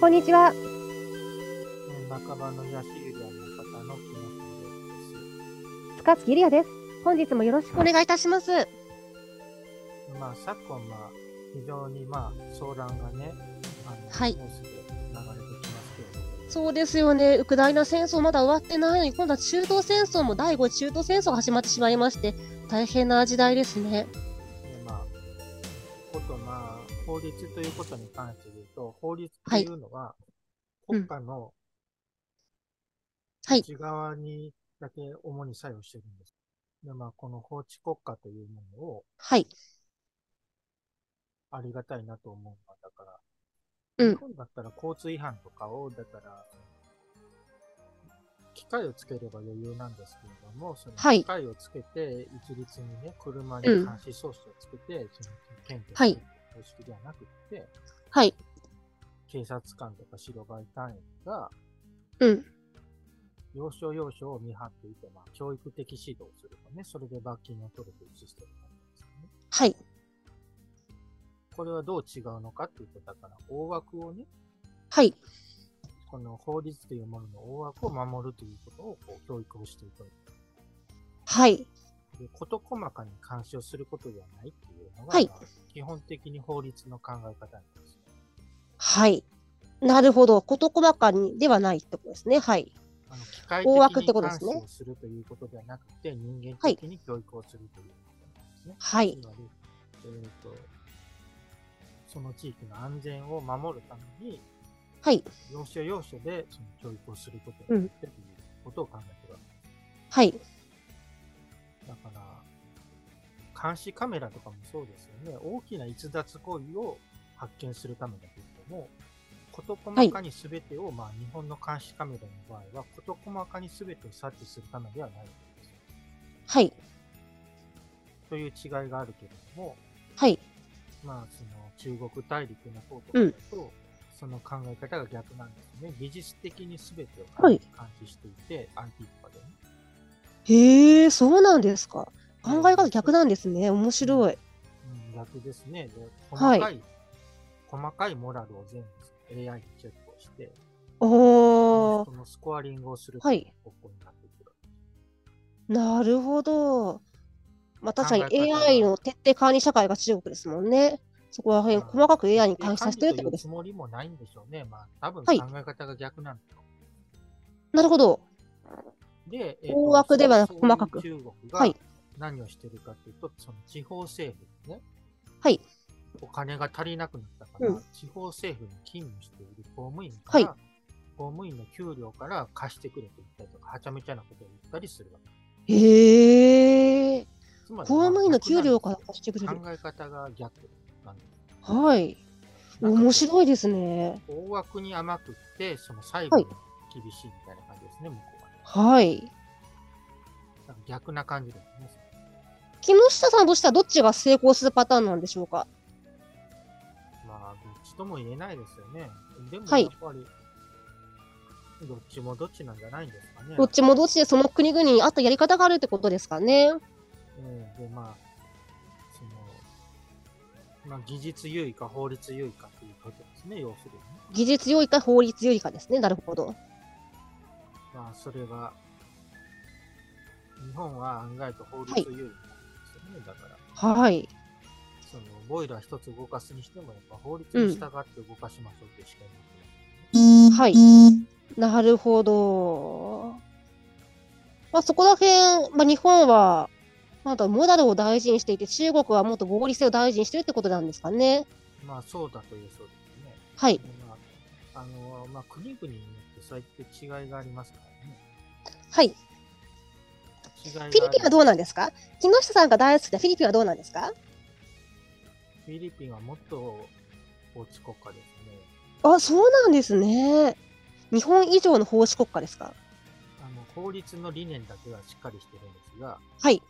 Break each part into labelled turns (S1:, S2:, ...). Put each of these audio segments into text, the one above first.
S1: こんにちは。
S2: 半ばの東エリアの方の木下
S1: 塚月りやです。本日もよろしくお願いいたします。
S2: です。まあ、昨今、まあ、非常に、まあ、騒乱がね、あの、
S1: はい
S2: ニュースで流れてきますけれども、
S1: そうですよね。ウクライナ戦争まだ終わってないのに、今度は中東戦争も第5中東戦争が始まってしまいまして、大変な時代ですね。
S2: で、まあ、こと、まあ、法律ということに関して言うと、法律というのは、
S1: うん
S2: 国家の
S1: はい
S2: 内側にだけ主に作用してるんです。で、まあ、この法治国家というものを、
S1: はい。
S2: ありがたいなと思うのは、だから、
S1: うん
S2: 日本だったら交通違反とかを、だから、機械をつければ余裕なんですけれども、その
S1: はい
S2: 機械をつけて、一律にね、車に
S1: うん
S2: 監視装置をつけて、その検
S1: は
S2: 挙
S1: い
S2: する方式ではなくって、
S1: はい。
S2: 警察官とか白バイ隊員が、
S1: うん。
S2: 要所要所を見張っていて、まあ、教育的指導をすればね、それで罰金を取るというシステムなんですよね。
S1: はい。
S2: これはどう違うのかっていうと、だから、大枠をね、
S1: はい。
S2: この法律というものの大枠を守るということをこう教育をしていくわ
S1: はい。
S2: けで、事細かに監視をすることではないっていうのが、
S1: はい
S2: まあ基本的に法律の考え方なんです。
S1: はい。なるほど。事細かにではないってことですね。はい。
S2: あの機械
S1: 大枠
S2: 的
S1: っ
S2: に
S1: てことで
S2: 監
S1: す
S2: 視
S1: ね
S2: をするということではなくて、人間
S1: はい
S2: 的に教育をするということなんですね。
S1: はい。
S2: つまり、えーと、その地域の安全を守るために、
S1: はい。
S2: 要所要所でその教育をすることによってということを考えてるわけです。
S1: はい。
S2: だから、監視カメラとかもそうですよね。大きな逸脱行為を発見するためだけれども、事細かに全てを、まあ日本の監視カメラの場合は、事細かに全てを察知するためではないんですよ。
S1: はい。
S2: という違いがあるけれども、
S1: はい。
S2: まあその中国大陸の方とかだと、その考え方が逆なんですね。技術的に全てを監
S1: はい
S2: 監視していて、アンティーパでね。
S1: へえ、そうなんですか。考え方逆なんですね。面白い。
S2: うん、逆ですね。で細か
S1: はい
S2: い、細かいモラルを全部 AI にチェックをして、
S1: おー
S2: そ。のスコアリングをする
S1: はい
S2: とう方向になってくる。
S1: なるほど。まあ、確かに
S2: 考え方が
S1: AI の徹底管理社会が中国ですもんね。そこら辺、
S2: まあ
S1: 細かく AI に監視させてるってこ
S2: 管
S1: とで
S2: 理
S1: す
S2: つ。もりもないんでしょうね。まあ、多分考
S1: はい
S2: え方が逆なんですよ。
S1: なるほど。
S2: で、え
S1: 大枠ではなく
S2: そう
S1: 細かく
S2: そういう中国
S1: は
S2: が
S1: い
S2: 何をしてるかというと、その地方政府にね、
S1: はい。
S2: お金が足りなくなったから、
S1: うん
S2: 地方政府に勤務している公務員から、公務員の給料から貸してくれと言ったりとか、はちゃめちゃなことを言ったりするわけ
S1: へえ。
S2: つまり
S1: 公務員の給料
S2: ま
S1: か
S2: あ
S1: ら貸してくれる。
S2: 考え方が逆なんで
S1: はい。
S2: す。
S1: 面白い
S2: い。
S1: ですね。
S2: 大枠に甘くって、その細部に厳しいみたいな感じですね、向こうはね。
S1: はい。
S2: なんか逆な感じですね。
S1: 木下さんとしてはどっちが成功するパターンなんでしょうか。
S2: まあ、どっちとも言えないですよね。でも、
S1: はい
S2: やっぱり、どっちもどっちなんじゃないんですかね。
S1: どっちもどっちでその国々に合ったやり方があるってことですかね。
S2: うん、で、まあ、その、まあ、技術優位か法律優位かっていうことですね、要するにね。
S1: 技術よりか法律よりかですね。なるほど。
S2: まあ、それは、日本は案外と法律
S1: はい
S2: 優位なんですよね。だから、
S1: はい。
S2: そのボイラー一つ動かすにしても、やっぱ法律に従って動かしましょうっていうしかない、
S1: はい。なるほど。まあ、そこら辺、まあ、日本は、まだモラルを大事にしていて、中国はもっと合理性を大事にしてるってことなんですかね。
S2: まあ、そうだというそうですね。
S1: はい。
S2: でまあ、あの、まあ、国々によってそうやって違いがありますからね。
S1: はい。フ
S2: 違いがある
S1: ィリピンはどうなんですか木下さんが大好きなフィリピンはどうなんですか
S2: フィリピンはもっと法治国家ですね。
S1: あ、そうなんですね。日本以上の法治国家ですか
S2: あの、法律の理念だけはしっかりしてるんですが、
S1: はい。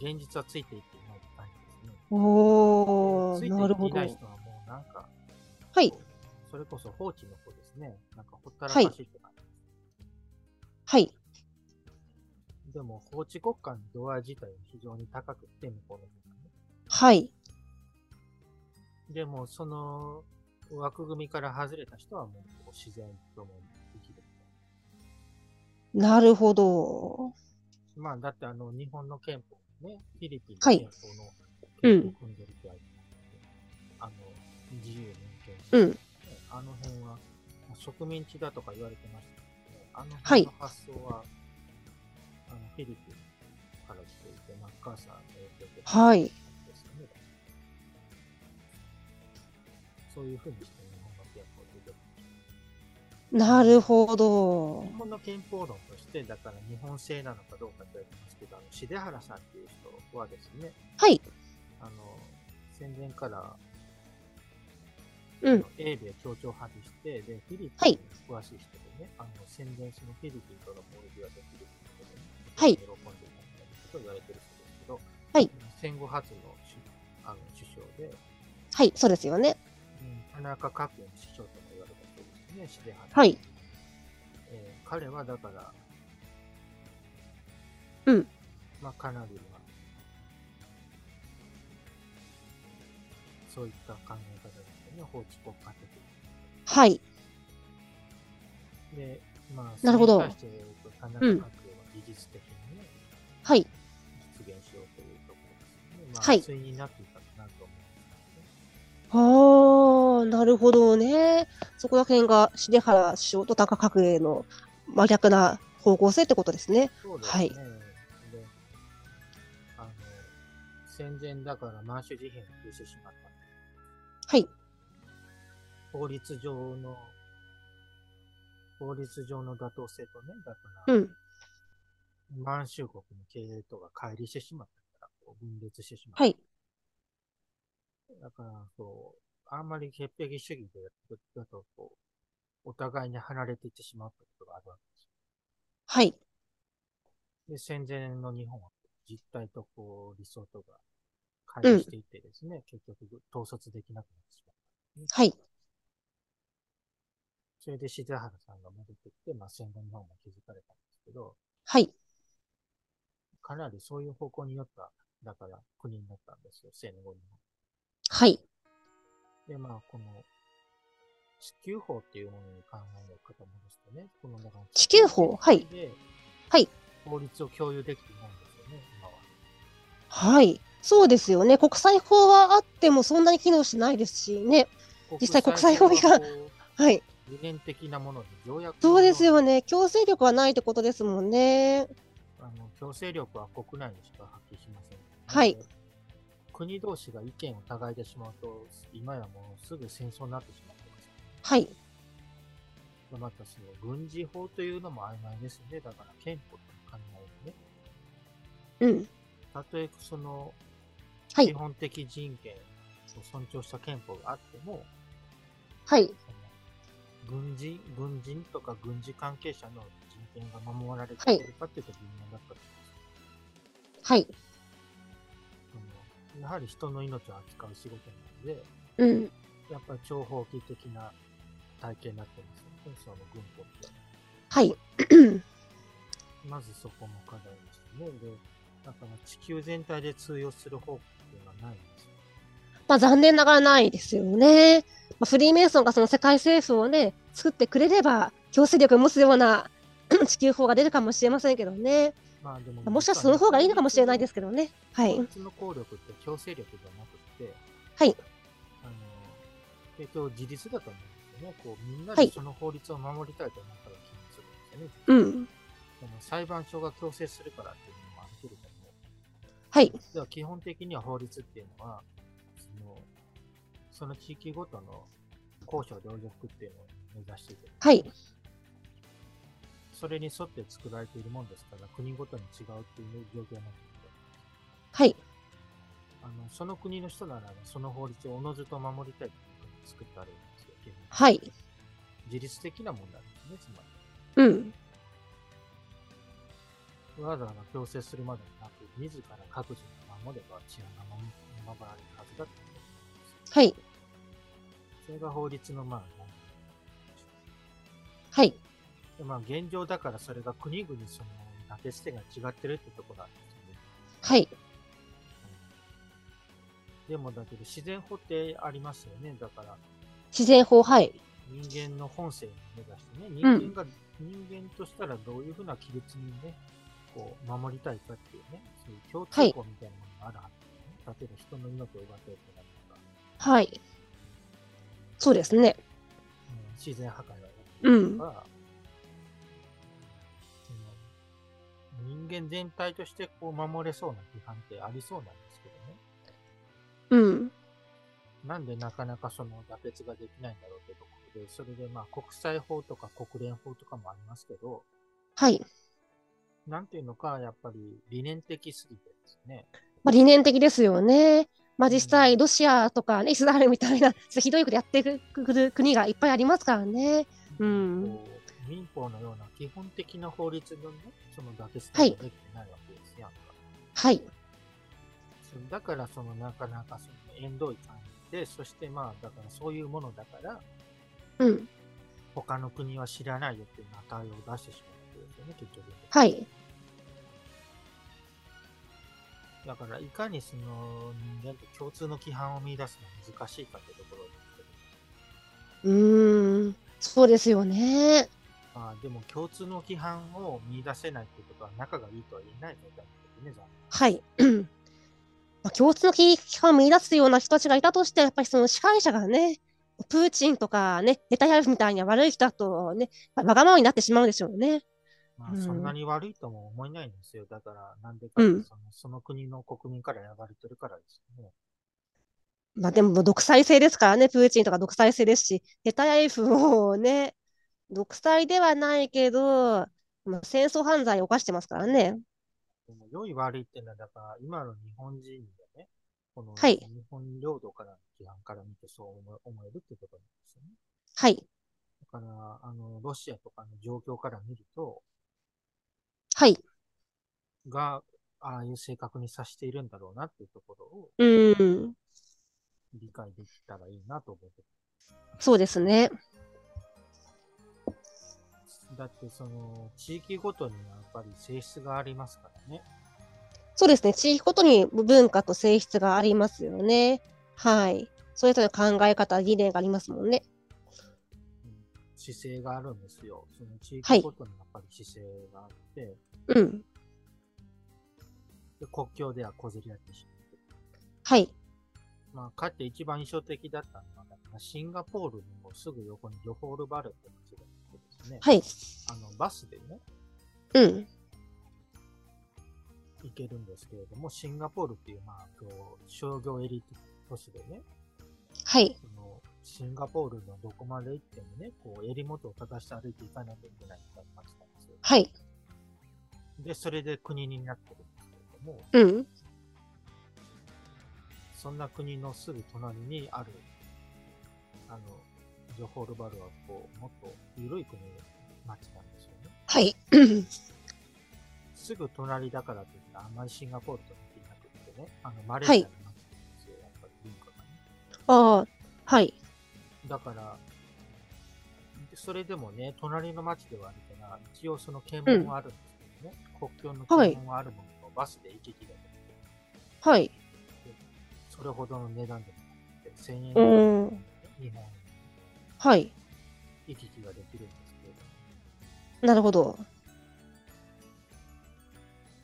S2: 現実はついていっていないって感じですね。
S1: お
S2: つい
S1: ー、
S2: て
S1: なるほ
S2: いってい
S1: ど。
S2: ない
S1: は
S2: 人はもうなんか、
S1: い。
S2: それこそ放置の子ですね。なんかほったらか
S1: は
S2: し
S1: い
S2: って感じ。
S1: はい。
S2: でも、法治国家の度合い自体は非常に高くて、向こうの方がね。
S1: はい。
S2: でも、その、枠組みから外れた人はもう自然ともできるみたい
S1: なるほど。
S2: な。まあ、だってあの、日本の憲法ね、フィリピンの
S1: はい
S2: 憲法の
S1: う
S2: 憲
S1: ん
S2: 法を組んでるってあるあの、自由民権制
S1: うん。
S2: ねあの辺はまあ植民地だとか言われてましたけど、あの
S1: はい
S2: 辺の発想は、あのフィリピンから来ていて、マッカーサーの影響で、
S1: はい
S2: ですよね。そういうふうにして日本の憲法で出てきた
S1: なるほど
S2: 日。本の憲法論として、だから日本製なのかどうかって言われてますけど、あの重原さんっていう人はですね、
S1: はい。
S2: あの戦前から
S1: うん。
S2: 英米協調派にして、で、フィリ
S1: は
S2: ピン
S1: い
S2: に詳しい人でね、あの、戦前そのフィリピンとの交流はできることで、
S1: はい
S2: 喜んでいたみたいなことを言われてる人ですけど、
S1: はい
S2: 戦後初の首あの首相で、
S1: はい、そうですよね。
S2: うん田中角栄首相とも言われた人ですね、シデハ
S1: はい。
S2: えー彼はだから、
S1: うん。
S2: まあ、かなりは、そういった考え方ですよね、法治国家的に。
S1: はい。
S2: で、まあ、
S1: なるほど
S2: それに対して言うと、田中角栄は技術的にね、
S1: はい。
S2: 実現しようというところですね。まあ、
S1: はい
S2: ついになっていたかなと思うん
S1: ああ、なるほどね。そこら辺が重原首相と高角栄の真逆な方向性ってことですね。
S2: ですけど、そうですね。
S1: はい
S2: で、あの、戦前だから満州事変を許してしまった。
S1: はい。
S2: 法律上の、法律上の妥当性とね、だから、
S1: うん。
S2: 満州国の経営とか乖離してしまったから、こう分裂してしまった。
S1: はい。
S2: だから、そう、あんまり潔癖主義でだと、こう、お互いに離れていってしまうってことがあるわけです
S1: はい。
S2: よ。で、戦前の日本は実態とこう、理想とが乖離していってですね、結局統率できなくなってしまう。
S1: はい。
S2: それで、静原さんが戻ってきて、まあ、戦後日本が築かれたんですけど、
S1: はい。
S2: かなりそういう方向によった、だから国になったんですよ、戦後日本。
S1: はい。
S2: で、まあ、この、地球法っていうものに考えを傾けしてね、このだから
S1: 地球法はい
S2: で
S1: はい。
S2: 法律を共有できてないんですよね、今は。
S1: はい。そうですよね。国際法はあってもそんなに機能しないですしね。実際国際法違反
S2: 国際法はこ
S1: はい。
S2: う。理念的なものに条約
S1: そうですよ
S2: ね。
S1: ね。強制力はないってことですもんね。
S2: あの強制力は国内にしか発揮しません。
S1: はい。
S2: 国同士が意見を互いでしまうと、今やもうすぐ戦争になってしまってます。
S1: はい。
S2: またその軍事法というのも曖昧ですよね。だから憲法との考えでね。
S1: うん。
S2: たとえその
S1: は
S2: 基
S1: い。
S2: 本的人権を尊重した憲法があっても、
S1: はい。
S2: その軍人、軍人とか軍事関係者の人権が守られ
S1: は
S2: て
S1: い
S2: いるかっていうと微妙だったりしま
S1: はい。
S2: する、そのやはり人の命を扱う仕事なので、
S1: うん。
S2: やっぱり長方形的な体系になってますよね。その軍法って。
S1: はい。
S2: まずそこも課題ですね。で、だから地球全体で通用する方法っていうのはないんですよ。
S1: まあ残念ながらないですよね。まあ、フリーメイソンがその世界政府をね、作ってくれれば、強制力を持つような 地球法が出るかもしれませんけどね。
S2: まあでも、。
S1: まあもしかしたらその方がいいのかもしれないですすけどね。はい
S2: 法。律の効力って強制力じゃなくて、
S1: はい。
S2: あの、結局自立だと思うんですよね。こう、みんな
S1: は
S2: で
S1: い
S2: その法律を守りたいと思ったら気にするんですよね。
S1: うん。
S2: その裁判所が強制するからっていうのもあるけれども、
S1: はい。
S2: では基本的には法律っていうのは、その、その地域ごとの公社両力っていうのを目指していて、
S1: はい。
S2: それに沿って作られているもんですから、国ごとに違うっていう状況なので、
S1: はい。
S2: あの、その国の人なら、その法律をおのずと守りたいっていうふうに作ってあるんですよ、基本
S1: はい。
S2: 自律的な問題ですね、つま
S1: うん。
S2: り。わざわざ強制するまでもなく、自ら各自が守れば治安が守守られるはずだっていう
S1: はい。
S2: それが法律の、まあ、問題
S1: はい。
S2: でまあ、現状だからそれが国々その投げ捨てが違ってるってところなんですよね。
S1: はい。
S2: うんでもだけど自然法ってありますよね。だから、
S1: 自然法、はい。
S2: 人間の本性を目指してね、人
S1: うん
S2: 間が、人間としたらどういうふうな規律にね、こう、守りたいかっていうね、そういう共通項みたいなものがあるはずですね。例えば人の命を奪ってはいけないとか、
S1: はい。そうですね。
S2: うん自然破壊はやめるとか、うん人間全体としてこう守れそうな批判ってありそうなんですけどね。
S1: うん。
S2: なんでなかなかその妥結ができないんだろうってところで、それでまあ国際法とか国連法とかもありますけど、
S1: はい。
S2: なんていうのか、やっぱり理念的すぎてですね。
S1: まあ、理念的ですよね。まあ、実際、ロシアとか、ね、イスラエルみたいな、ひどいことやってくる国がいっぱいありますからね。うん
S2: こう民法のような基本的な法律のね、その妥結ができてないわけですよ。
S1: はい。
S2: そうだから、そのなかなかその縁遠い感じで、そしてまあ、だからそういうものだから、
S1: うん。
S2: 他の国は知らないよっていう値を出してしまうわけですよね、結局。
S1: はい。
S2: だから、いかにその人間と共通の規範を見出すのが難しいかってところですけど、
S1: うーん。そうですよね。
S2: まあ、でも共通の規範を見出せないってことは仲がいいとは言えない状態ですね、残
S1: はい。まあ、共通の危機感を見出すような人たちがいたとして、やっぱりその司会者がね、プーチンとかね、ネタニヤフみたいに悪い人だとね、わわがままになってしまうんでしょうね。
S2: ま
S1: う
S2: あ、
S1: ん
S2: そんなに悪いとも思えないんですよ。だから、なんでかって、
S1: うん
S2: そのその国の国民から選ばれてるからですよね。
S1: まあでも独裁制ですからね、プーチンとか独裁制ですし、ネタニヤフもね、独裁ではないけど、まあ、戦争犯罪を犯してますからね。
S2: でも、良い悪いっていうのは、だから、今の日本人でね、この
S1: はい
S2: 日本領土からの規範から見てそう思え思えるっていうことなんですよね。
S1: はい。
S2: だから、あの、ロシアとかの状況から見ると、
S1: はい。
S2: が、ああいう性格に指しているんだろうなっていうところを
S1: うーん。
S2: 理解できたらいいなと思って
S1: そうですね。
S2: ます。だって、その、地域ごとにはやっぱり性質がありますからね。
S1: そうですね。地域ごとに文化と性質がありますよね。はい。それぞれの考え方、理念がありますもんね。
S2: 姿勢があるんですよ。その地
S1: はい
S2: 域ごとにやっぱり姿勢があって、
S1: うん。
S2: で国境では小競り合ってしまう。
S1: はい。
S2: まあ、かって一番印象的だったのは、だからシンガポールのすぐ横にジョホールバルって街があってですね、
S1: はい。
S2: あのバスでね、
S1: うん。
S2: 行けるんですけれども、シンガポールっていう、まあ、こう商業エリート都市でね、
S1: はい。
S2: そのシンガポールのどこまで行ってもね、こう襟元を正して歩いていかなきゃいけないってなりましたんですよ。
S1: はい。
S2: で、それで国になってるんですけれども、
S1: うん。
S2: そんな国のすぐ隣にある、あの、ジョホールバルはこう、もっと緩い国の街なんですよね。
S1: はい。
S2: すぐ隣だからといって、あんまりシンガポールと似てなくってね、あの、マレー
S1: は
S2: シア
S1: い
S2: の街なんですよ、やっぱり文化がね。
S1: ああ。はい。
S2: だから、それでもね、隣の街ではあるから、一応その検問はあるんですけどね、国境の検問はあるものの、バスで行き来ができ
S1: はい。
S2: て、それほどの値段でもなくて、1000円
S1: う
S2: ぐらいで
S1: ん。
S2: 日本に
S1: はい。
S2: 行き来ができるんですけれども、
S1: なるほど。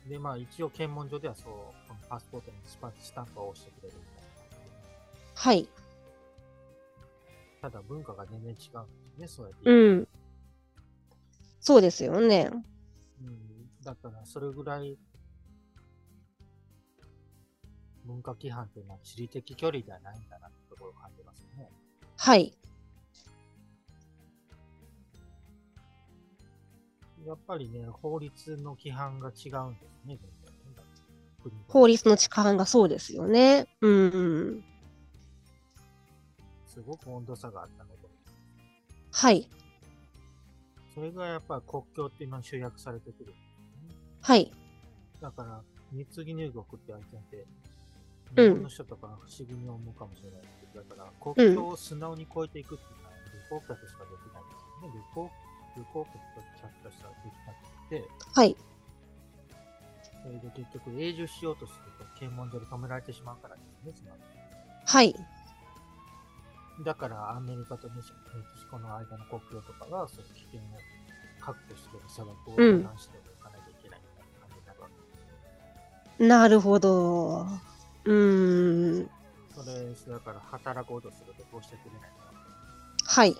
S2: で、まあ一応検問所ではそう、このパスポートにスパスタンプを押してくれるみたい
S1: はい。
S2: な。ただ文化が全然違うんですよね、そうやって。
S1: うん。そうですよね。
S2: うんだからそれぐらい、文化規範っていうのは地理的距離ではないんだなってところを感じますよね。
S1: はい。
S2: やっぱりね、法律の規範が違うんですね、全然ねだって国が
S1: 法律の力がそうですよね。うん。
S2: すごく温度差があったのと。
S1: はい。
S2: それがやっぱり国境っていうのに集約されてくる。
S1: はい。
S2: だから、貢ぎ入国って相手って、
S1: うん
S2: 日本の人とか不思議に思うかもしれないけど、だから国境を素直に越えていくっていうのは旅行客しかできないですよね。旅行旅行客と客としてはできなくて、
S1: はい。
S2: それで結局永住しようとすると検問所で止められてしまうからですね、つまり。
S1: はい。
S2: だからアメリカとメキシコの間の国境とかが、そういう危険を確保してる砂漠を
S1: うん
S2: 避難しておかなきゃいけないみたいな感じになるわけ
S1: なるほど。うーん。
S2: それ、だから働こうとするとどうしてくれないかな。
S1: はい。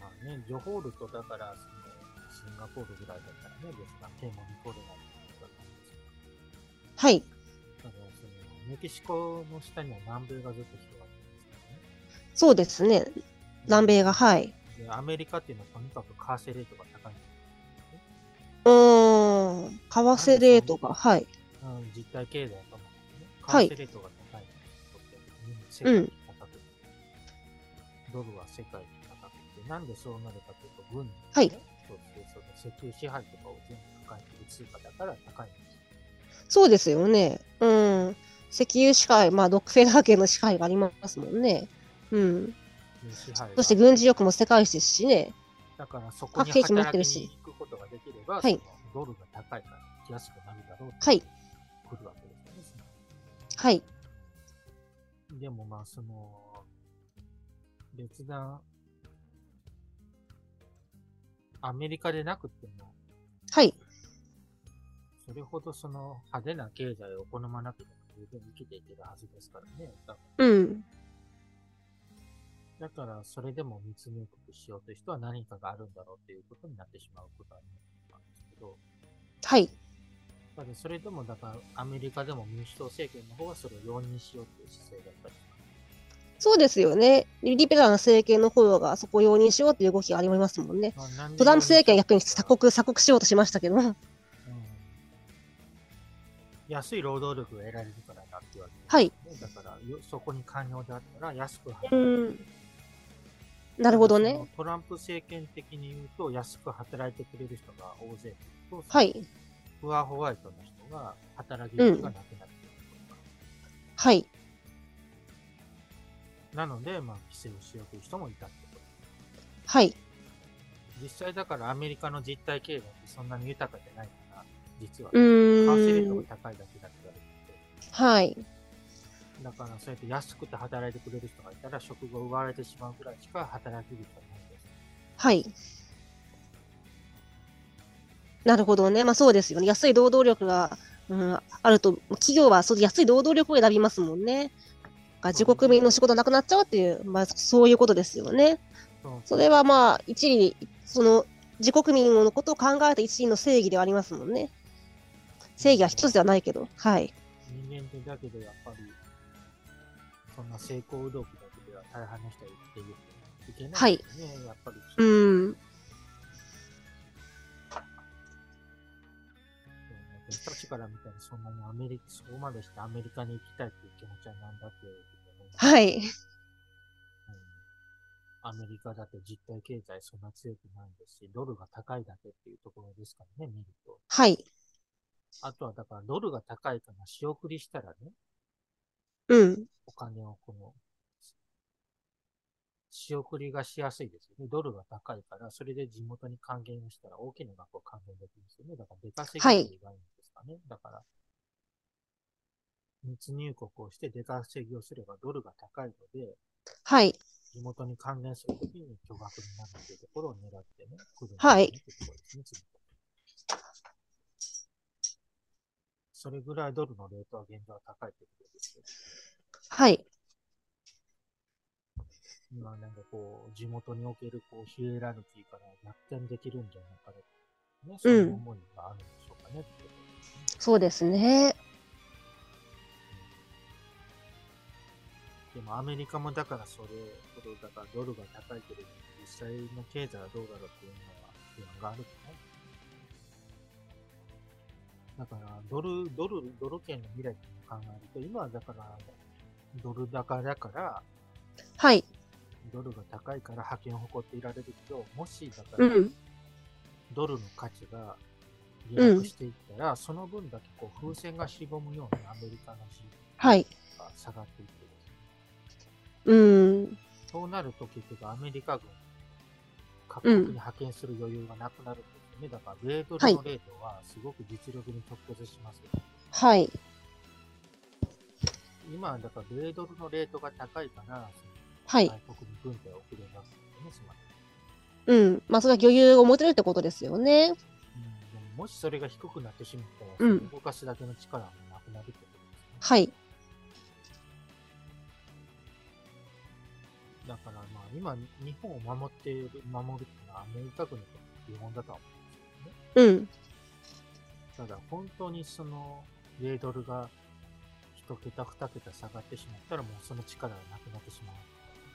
S2: まあね、ジョホールとだから、その、シンガポールぐらいだったらね、別な県も見取れないってことだと思うんです
S1: はい。
S2: けど、だからその、メキシコの下には南米がずっと広がってるんですよね。
S1: そうですね。南米が、はい。
S2: でアメリカっていうのはとにかくカーセレートが高いんですよね
S1: うーん。為替レートが、はい。
S2: うん、実体経済ともね、カ
S1: はい
S2: ーセレートが高いんですよ、
S1: う
S2: 世
S1: ん
S2: 界高くて、ドルは世界一高くて、なんでそうなるかというと、軍事
S1: はい
S2: 一つでその石油支配とかを全部抱えてる通貨だから高いんですよ。
S1: そうですよね。うん。石油支配、まあ、ロックフェラー家の支配がありますもんね。うん。
S2: 支配が
S1: そして軍事力も世界一ですしね。
S2: だからそこに
S1: 核兵器も持って
S2: 働き
S1: るし
S2: に行くことができれば、
S1: はい
S2: そのドルが高いから来やすくなるだろうと
S1: はい。
S2: 来るわけですね。
S1: はい。
S2: でもまあ、その、別段、アメリカでなくても、
S1: はい。
S2: それほどその派手な経済を好まなければ十分生きていけるはずですからね。だ
S1: うん。
S2: だから、それでも密入国しようという人は何かがあるんだろうということになってしまうことはなんですけど、
S1: はい。
S2: ただそれでも、だからアメリカでも民主党政権の方がそれを容認しようという姿勢だったりします。
S1: そうですよね。リベラル政権の頃がそこを容認しようという動きがありますもんね。
S2: まあなんで
S1: トランプ政権は逆
S2: 容
S1: に
S2: 認しよう
S1: 鎖
S2: と
S1: 国、鎖国しようとしましたけど。
S2: うん安い労働力が得られるからだってわけです
S1: はい。
S2: ね。だからよ、そこに寛容であったら安く働く。
S1: うん。なるほど
S2: そ
S1: ね
S2: の。。トランプ政権的に言うと、安く働いてくれる人が大勢いると、
S1: はい。
S2: フワホワイトの人が働き口がなくなっているとか、
S1: はい。
S2: なので、まあ、規制をしようという人もいたってこと。
S1: はい。
S2: 実際だからアメリカの実体経済ってそんなに豊かじゃないから、実は。
S1: う
S2: 為替レー
S1: ー
S2: ト
S1: ん。
S2: が高いだけだって言われてて。
S1: はい。
S2: だからそうやって安くて働いてくれる人がいたら職が奪われてしまうくらいしか働き口がないんです。
S1: はい。なるほどね。まあそうですよね。安い労働力が、うん、あると、企業はその安い労働力を選びますもんね。が自国民の仕事なくなっちゃうっていう、まあそういうことですよね。
S2: そう
S1: それはまあ一理、その自国民のことを考えた一理の正義ではありますもんね。正義は一つではないけど。はい。
S2: 人間ってだけどやっぱり、そんな成功動機だけでは大半の人は生きていけないですね。やっぱり。
S1: うん。
S2: 私たちから見たらそんなにアメリカ、そこまでしてアメリカに行きたいっていう気持ちはなんだっていう思います
S1: はい。
S2: うんアメリカだって実体経済そんな強くないですし、ドルが高いだけっていうところですからね、見ると。
S1: はい。
S2: あとはだからドルが高いから仕送りしたらね、
S1: うん。
S2: お金をこの、仕送りがしやすいですよね。ドルが高いから、それで地元に還元をしたら大きな額を還元できるんですよね。だから出稼ぎ
S1: はい
S2: と言われるんですかね。だから、密入国をして出稼ぎをすればドルが高いので、
S1: はい。
S2: 地元に還元するときに巨額になるというところを狙ってね、来るん
S1: はい
S2: ですねってところですね次それぐらいドルのレートは現状は高いということですよね
S1: はい。
S2: 今なんかこう、地元におけるこうヒエラルキーから逆転できるんじゃないかと、ね、そういう思いがあるんでしょうかね、ってことですね
S1: そうですね。
S2: でもアメリカもだからそれほど、だからドルが高いけれども、実際の経済はどうだろうっていうのは不安があるとね。だからドル、ドル、ドル圏の未来っていうのを考えると、今はだからドル高だから、
S1: はい。
S2: ドルが高いから覇権を誇っていられるけど、もしだから、
S1: うん。
S2: ドルの価値が下落していったら、その分だけこう風船がしぼむようにアメリカの GDP
S1: はい。
S2: が下がっていってるんですよ
S1: うん。
S2: そうなると結局アメリカ軍、各国に派遣する余裕がなくなるんですよね。だから米ドルのレートはすごく実力に直結しますよ、
S1: はい。
S2: 今、だから米ドルのレートが高いから、
S1: はい。
S2: 外国に軍隊を送れますよね、つまり。
S1: うん。まあ、それは余裕を持てるってことですよね。
S2: うん、でももしそれが低くなってしまったら、
S1: うん
S2: それを動かすだけの力はもうなくなるってことですね。
S1: はい。
S2: だからまあ今、日本を守っている、守るっていうのはアメリカ軍の基本だとは思うんで
S1: うん。
S2: すよね。ただ本当にその、レードルが一桁二桁下がってしまったらもうその力がなくなってしまう。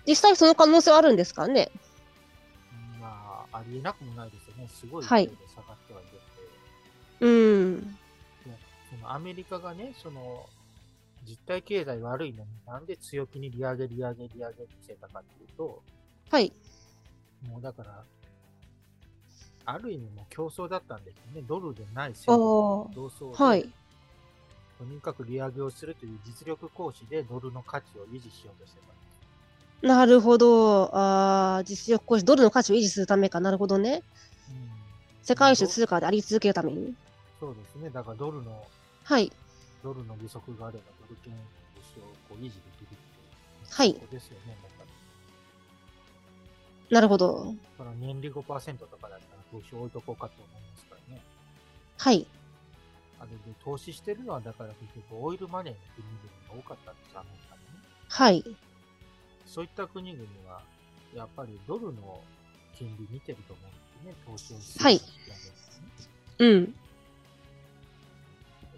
S1: 実際その可能性はあるんですかね。
S2: うんまあ、ありえなくもないですよね。すごい
S1: はい
S2: 勢いで下がってはいるんで、
S1: うん。
S2: そのアメリカがね、その、実体経済悪いのになんで強気に利上げ利上げ利上げ見せたかっていうと、
S1: はい。
S2: もうだから、ある意味もう競争だったんですよね。ドルでない
S1: あ
S2: 戦
S1: あ
S2: 略の同窓で、
S1: はい。
S2: とにかく利上げをするという実力行使でドルの価値を維持しようとしてたんです。
S1: なるほど。ああ、実力行使、ドルの価値を維持するためか。なるほどね。
S2: うん、
S1: 世界一の通貨であり続けるために。
S2: そうですね。だからドルの、
S1: はい。
S2: ドルの利息があればドル券の利をこう維持できるっていう。
S1: はい
S2: ことですよね。だから
S1: なるほど。
S2: その年利5%とかだったら投資置いとこうかと思いますからね。
S1: はい。
S2: あれで投資してるのはだから結局オイルマネーの国々が多かったんです、アメリカにね。
S1: はい。
S2: そういった国々は、やっぱりドルの金利見てると思うんですね、投資をする
S1: はい
S2: 人たちがね
S1: う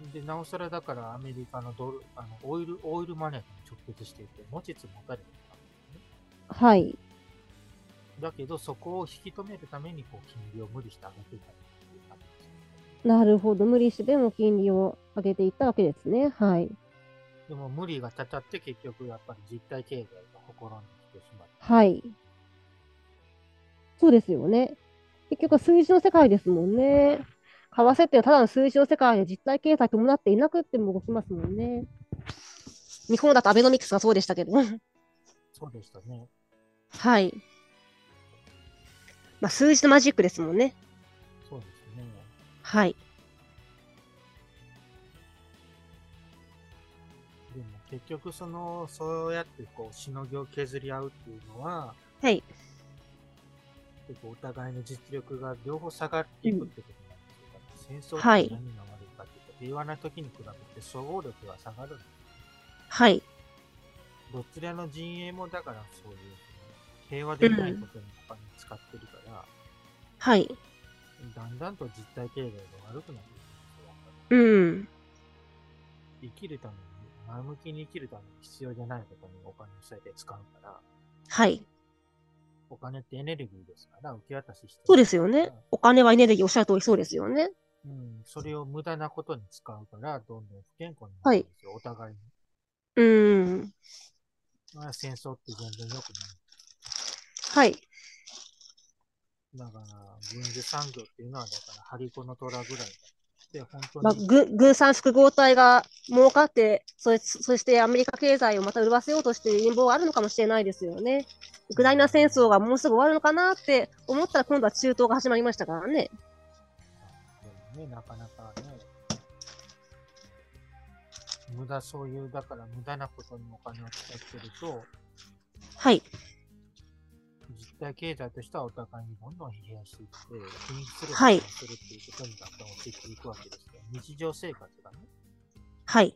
S1: ん。
S2: で、なおさらだからアメリカのドル、あのオイル、オイルマネーに直結していて、持ちつ持たれてたんですね。
S1: はい。
S2: だけど、そこを引き止めるために、こう、金利を無理して上げていたっていう感じですね
S1: なるほど。無理してでも金利を上げていったわけですね。はい。
S2: でも、無理がたたって、結局、やっぱり実体経済がほころんできてしまって、
S1: はい。そうですよね。結局は数字の世界ですもんね。為替っていうのはただの数字の世界で実体経済伴っていなくっても動きますもんね。日本だとアベノミクスがそうでしたけど。
S2: そうでしたね。
S1: はい。まあ、数字のマジックですもんね。
S2: そうですね。
S1: はい。
S2: でも、結局、その、そうやって、こう、しのぎを削り合うっていうのは、
S1: はい。
S2: 結構お互いの実力が両方下がっていくってことなんですよ、戦争
S1: はい
S2: って何が悪いかっていうと、平和な時に比べて総合力が下がるんです
S1: はい。
S2: どちらの陣営もだからそういう平和でないことにお金使ってるから、
S1: はい。
S2: だんだんと実体経済が悪くなっていくんですよ
S1: うん。
S2: 生きるために、前向きに生きるために必要じゃないことにお金をそうやって使うから、
S1: はい。
S2: お金ってエネルギーですから、受け渡しして
S1: そうですよね。お金はエネルギーおっしゃる通りそうですよね。
S2: うん、それを無駄なことに使うから、どんどん不健康になるんですよ、お互いに。
S1: うん。
S2: まあ、戦争って全然良く
S1: はい。
S2: ない。だから、軍需産業っていうのは、だから、張り子の虎ぐらいで、本
S1: まあ、
S2: 当に、
S1: 軍軍産複合体が儲かってそれ、そしてアメリカ経済をまた潤わせようとしている陰謀はあるのかもしれないですよね。ウクライナ戦争がもうすぐ終わるのかなって思ったら、今度は中東が始まりましたからね。
S2: でもね、なかなかね、無駄、そういう、だから無駄なことにお金を使ってると、
S1: はい。
S2: 実体経済としてはお互いにどんどん疲弊していって、品質力
S1: はい
S2: をするっていうことにだんだん落ちていくわけですよ。日常生活がね、
S1: はい。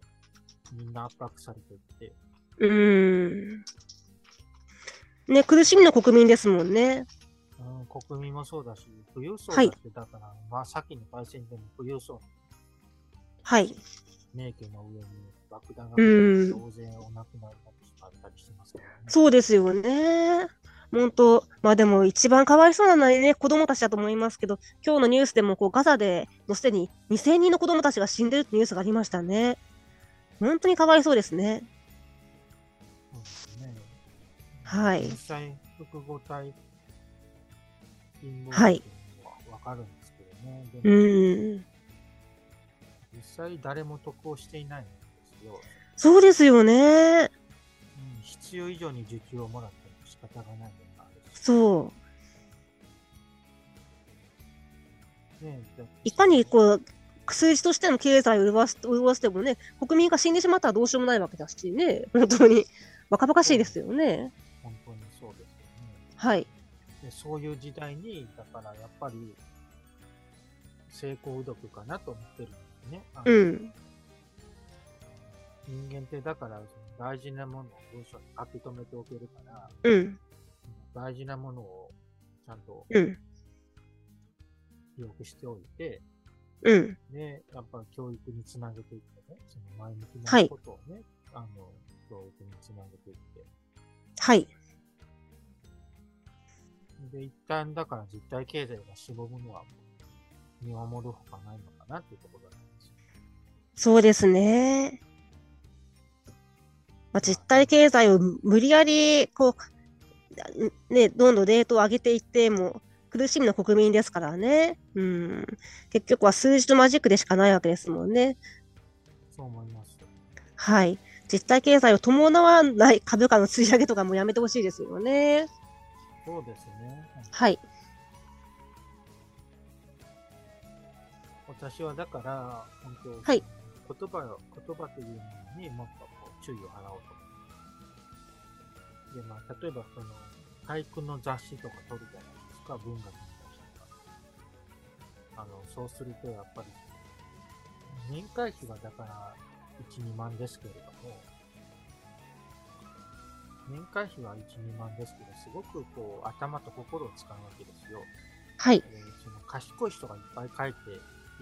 S2: みんな圧迫されていって、
S1: うーん。ね、苦しみの国民ですもんね。
S2: うん、国民もそうだし、富裕層だ
S1: は
S2: っ
S1: い
S2: て、だから、まあ、先の敗戦でも富裕層
S1: はい。
S2: 名家の上に爆弾が
S1: うん
S2: 当然お亡くなりになってしまったりしてますからね。
S1: そうですよね。本当、まあでも一番かわいそうなのはね、子供たちだと思いますけど、今日のニュースでもこうガザでもうすでに2000人の子供たちが死んでるってニュースがありましたね。本当にかわいそうですね。
S2: そうですね。
S1: はい
S2: 実際、複合体、貧乏
S1: は
S2: って
S1: い
S2: いうのはわかるんですけどね。
S1: う
S2: でも、
S1: ーん。
S2: 実際誰も得をしていないんですよ。
S1: そうですよね。
S2: うん、必要以上に受給をもらっても仕方がないのがあるし。
S1: そう。
S2: ね、だって
S1: いかにこう、数字としての経済を潤す潤してもね、国民が死んでしまったらどうしようもないわけだしね、本当に、バカバカしいですよね。
S2: 本当にそうですよね。
S1: はい。
S2: でそういう時代に、だからやっぱり、成功うどくかなと思ってるんですね。あの
S1: うん。
S2: 人間ってだから、その大事なものを文章に書き留めておけるから、
S1: うん。
S2: 大事なものをちゃんと
S1: うん。
S2: 記憶しておいて、
S1: うん。
S2: ね、やっぱ教育につなげていってね、その前向き
S1: は
S2: ないことをね、あの、教育につなげていって、
S1: はい。
S2: で、一旦だから実体経済がしぼむのは、見守るほかないのかなっていうところなんですよ。
S1: そうですね。まあ、実体経済を無理やり、こう、ね、どんどんレートを上げていっても、苦しみの国民ですからね。うん。結局は数字とマジックでしかないわけですもんね。
S2: そう思います。
S1: はい。実体経済を伴わない株価の吸い上げとかもやめてほしいですよね。
S2: そうですね。
S1: はい。
S2: 私はだから、本当、
S1: はい
S2: 言葉を、言葉というものにもっとこう注意を払おうと思う。で、まあ、例えばその、俳句の雑誌とか取るじゃないですか、文学の雑誌とか。あの、そうするとやっぱり、年会費がだから、1、2万ですけれども、年会費は1、2万ですけど、すごくこう、頭と心を使うわけですよ。
S1: はい。
S2: えーその賢い人がいっぱい書いて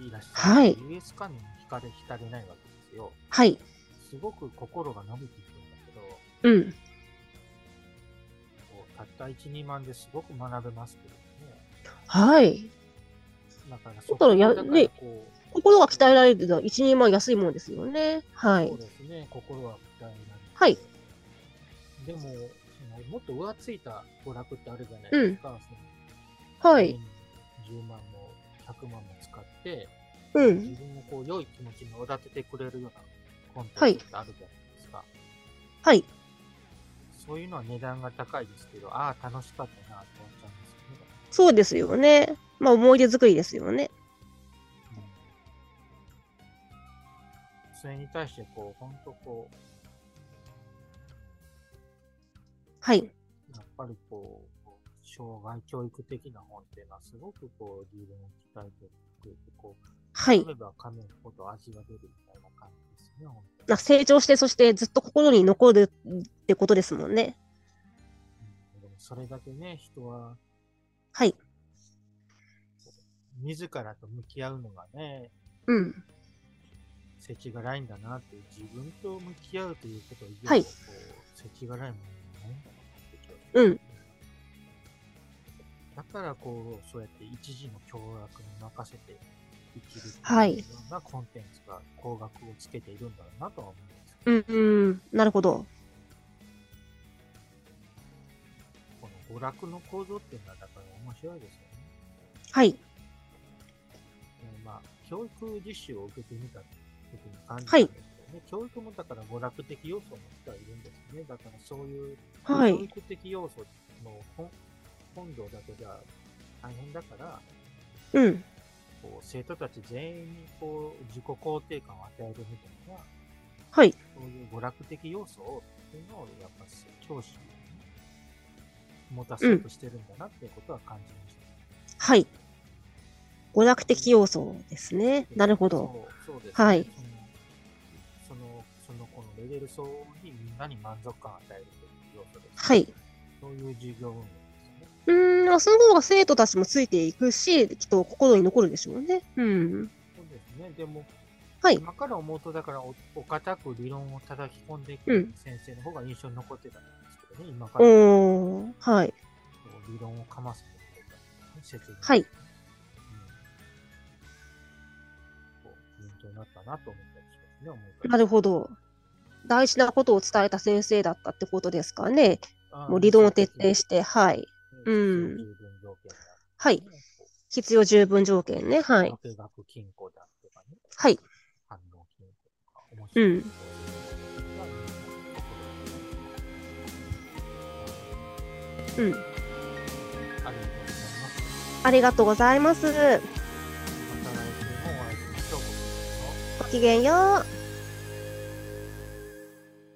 S2: いらっしゃる、
S1: はい
S2: US 関連に惹かれ惹かれないわけですよ。
S1: はい。
S2: すごく心が伸びていくんだけど、
S1: うん。
S2: こうたった1、2万ですごく学べますけどね。
S1: はい。
S2: だから
S1: だからや
S2: そこがだ
S1: ね
S2: からこう
S1: 心が鍛えられるのは1、2万安いもんですよね。は
S2: そ。
S1: いう
S2: ですね、心は鍛えられる。
S1: はい。
S2: でも、そのもっと浮ついた娯楽ってあるじゃないですか。その
S1: はい。。
S2: 10万も100万も使って、
S1: うん。
S2: 自分のこう良い気持ちにおだててくれるようなコン
S1: は
S2: テ
S1: い
S2: ンツってあるじゃないですか。
S1: はい。
S2: そういうのは値段が高いですけど、ああ、楽しかったなって思っちゃうんです
S1: そうですよね。まあ思い出作りですよね。
S2: けど、それに対して、こう、ほんとこ
S1: はい。
S2: う、やっぱりこう、障害教育的な本っていうのは、すごくこう、自分を鍛えてくれて、こう、
S1: はい
S2: 噛。めば噛むほど味が出るみたいな感じですね、本当に。
S1: な成長して、そしてずっと心に残るってことですもんね。
S2: うんでもそれだけね、人は、
S1: はい。
S2: 自らと向き合うのがね、
S1: うん。
S2: 世知辛いんだなっていう、自分と向き合うということ以上、
S1: はい
S2: こう、世知辛いものはないんだなって今日
S1: うん。
S2: だからこう、そうやって一時の凶悪に任せて生きるってう
S1: はい
S2: ようなコンテンツが、高額をつけているんだろうなとは思うんですけ
S1: うん、うん。なるほど。
S2: ど、この娯楽の構造っていうのはだから面白いですよね。
S1: はい。
S2: えーまあ、教育実習を受けてみた時に感じた
S1: は
S2: ん
S1: い
S2: ですけどね、教育もだから娯楽的要素を持ってはいるんですね。だからそういう
S1: は
S2: 教
S1: い。
S2: 育的要素の本本堂だけじゃ大変だから、
S1: うん。
S2: こう生徒たち全員にこう自己肯定感を与えるみたいな、
S1: はい。
S2: そういう娯楽的要素をっていうのをやっぱし教師に持たせようとしてるんだなっていうことは感じました。
S1: はい。娯楽的要素ですね。なるほど。
S2: そう。そうです、
S1: はい
S2: その。その、その子のレベル層にみんなに満足感を与えるという要素です。
S1: はい。
S2: そういう授業運用ですよね。
S1: うーん。その方が生徒たちもついていくし、きっと心に残るでしょうね。うん。
S2: そうですね。でも、
S1: はい
S2: 今から思うと、だからお、お堅く理論を叩き込んでいく先生の方が印象に残ってたんですけどね、今からこ
S1: おー。はい。
S2: う理論をかませてくれた、ね、説明。
S1: はい
S2: うん。こう、勉強になったなと思ったりしますね、思うと
S1: なるほど。大事なことを伝えた先生だったってことですかね。
S2: あー
S1: もう理論を徹底して、はい。
S2: うん
S1: うん
S2: 十分条件だ
S1: はい。必要十分条件ね。はい。
S2: 学学金庫だとかね、
S1: はい。
S2: 反応金庫とか、面白い。
S1: うんうん。
S2: ありがとうございます。
S1: ありがとうございます。
S2: また来週もお会いしましょう。
S1: きげんよう。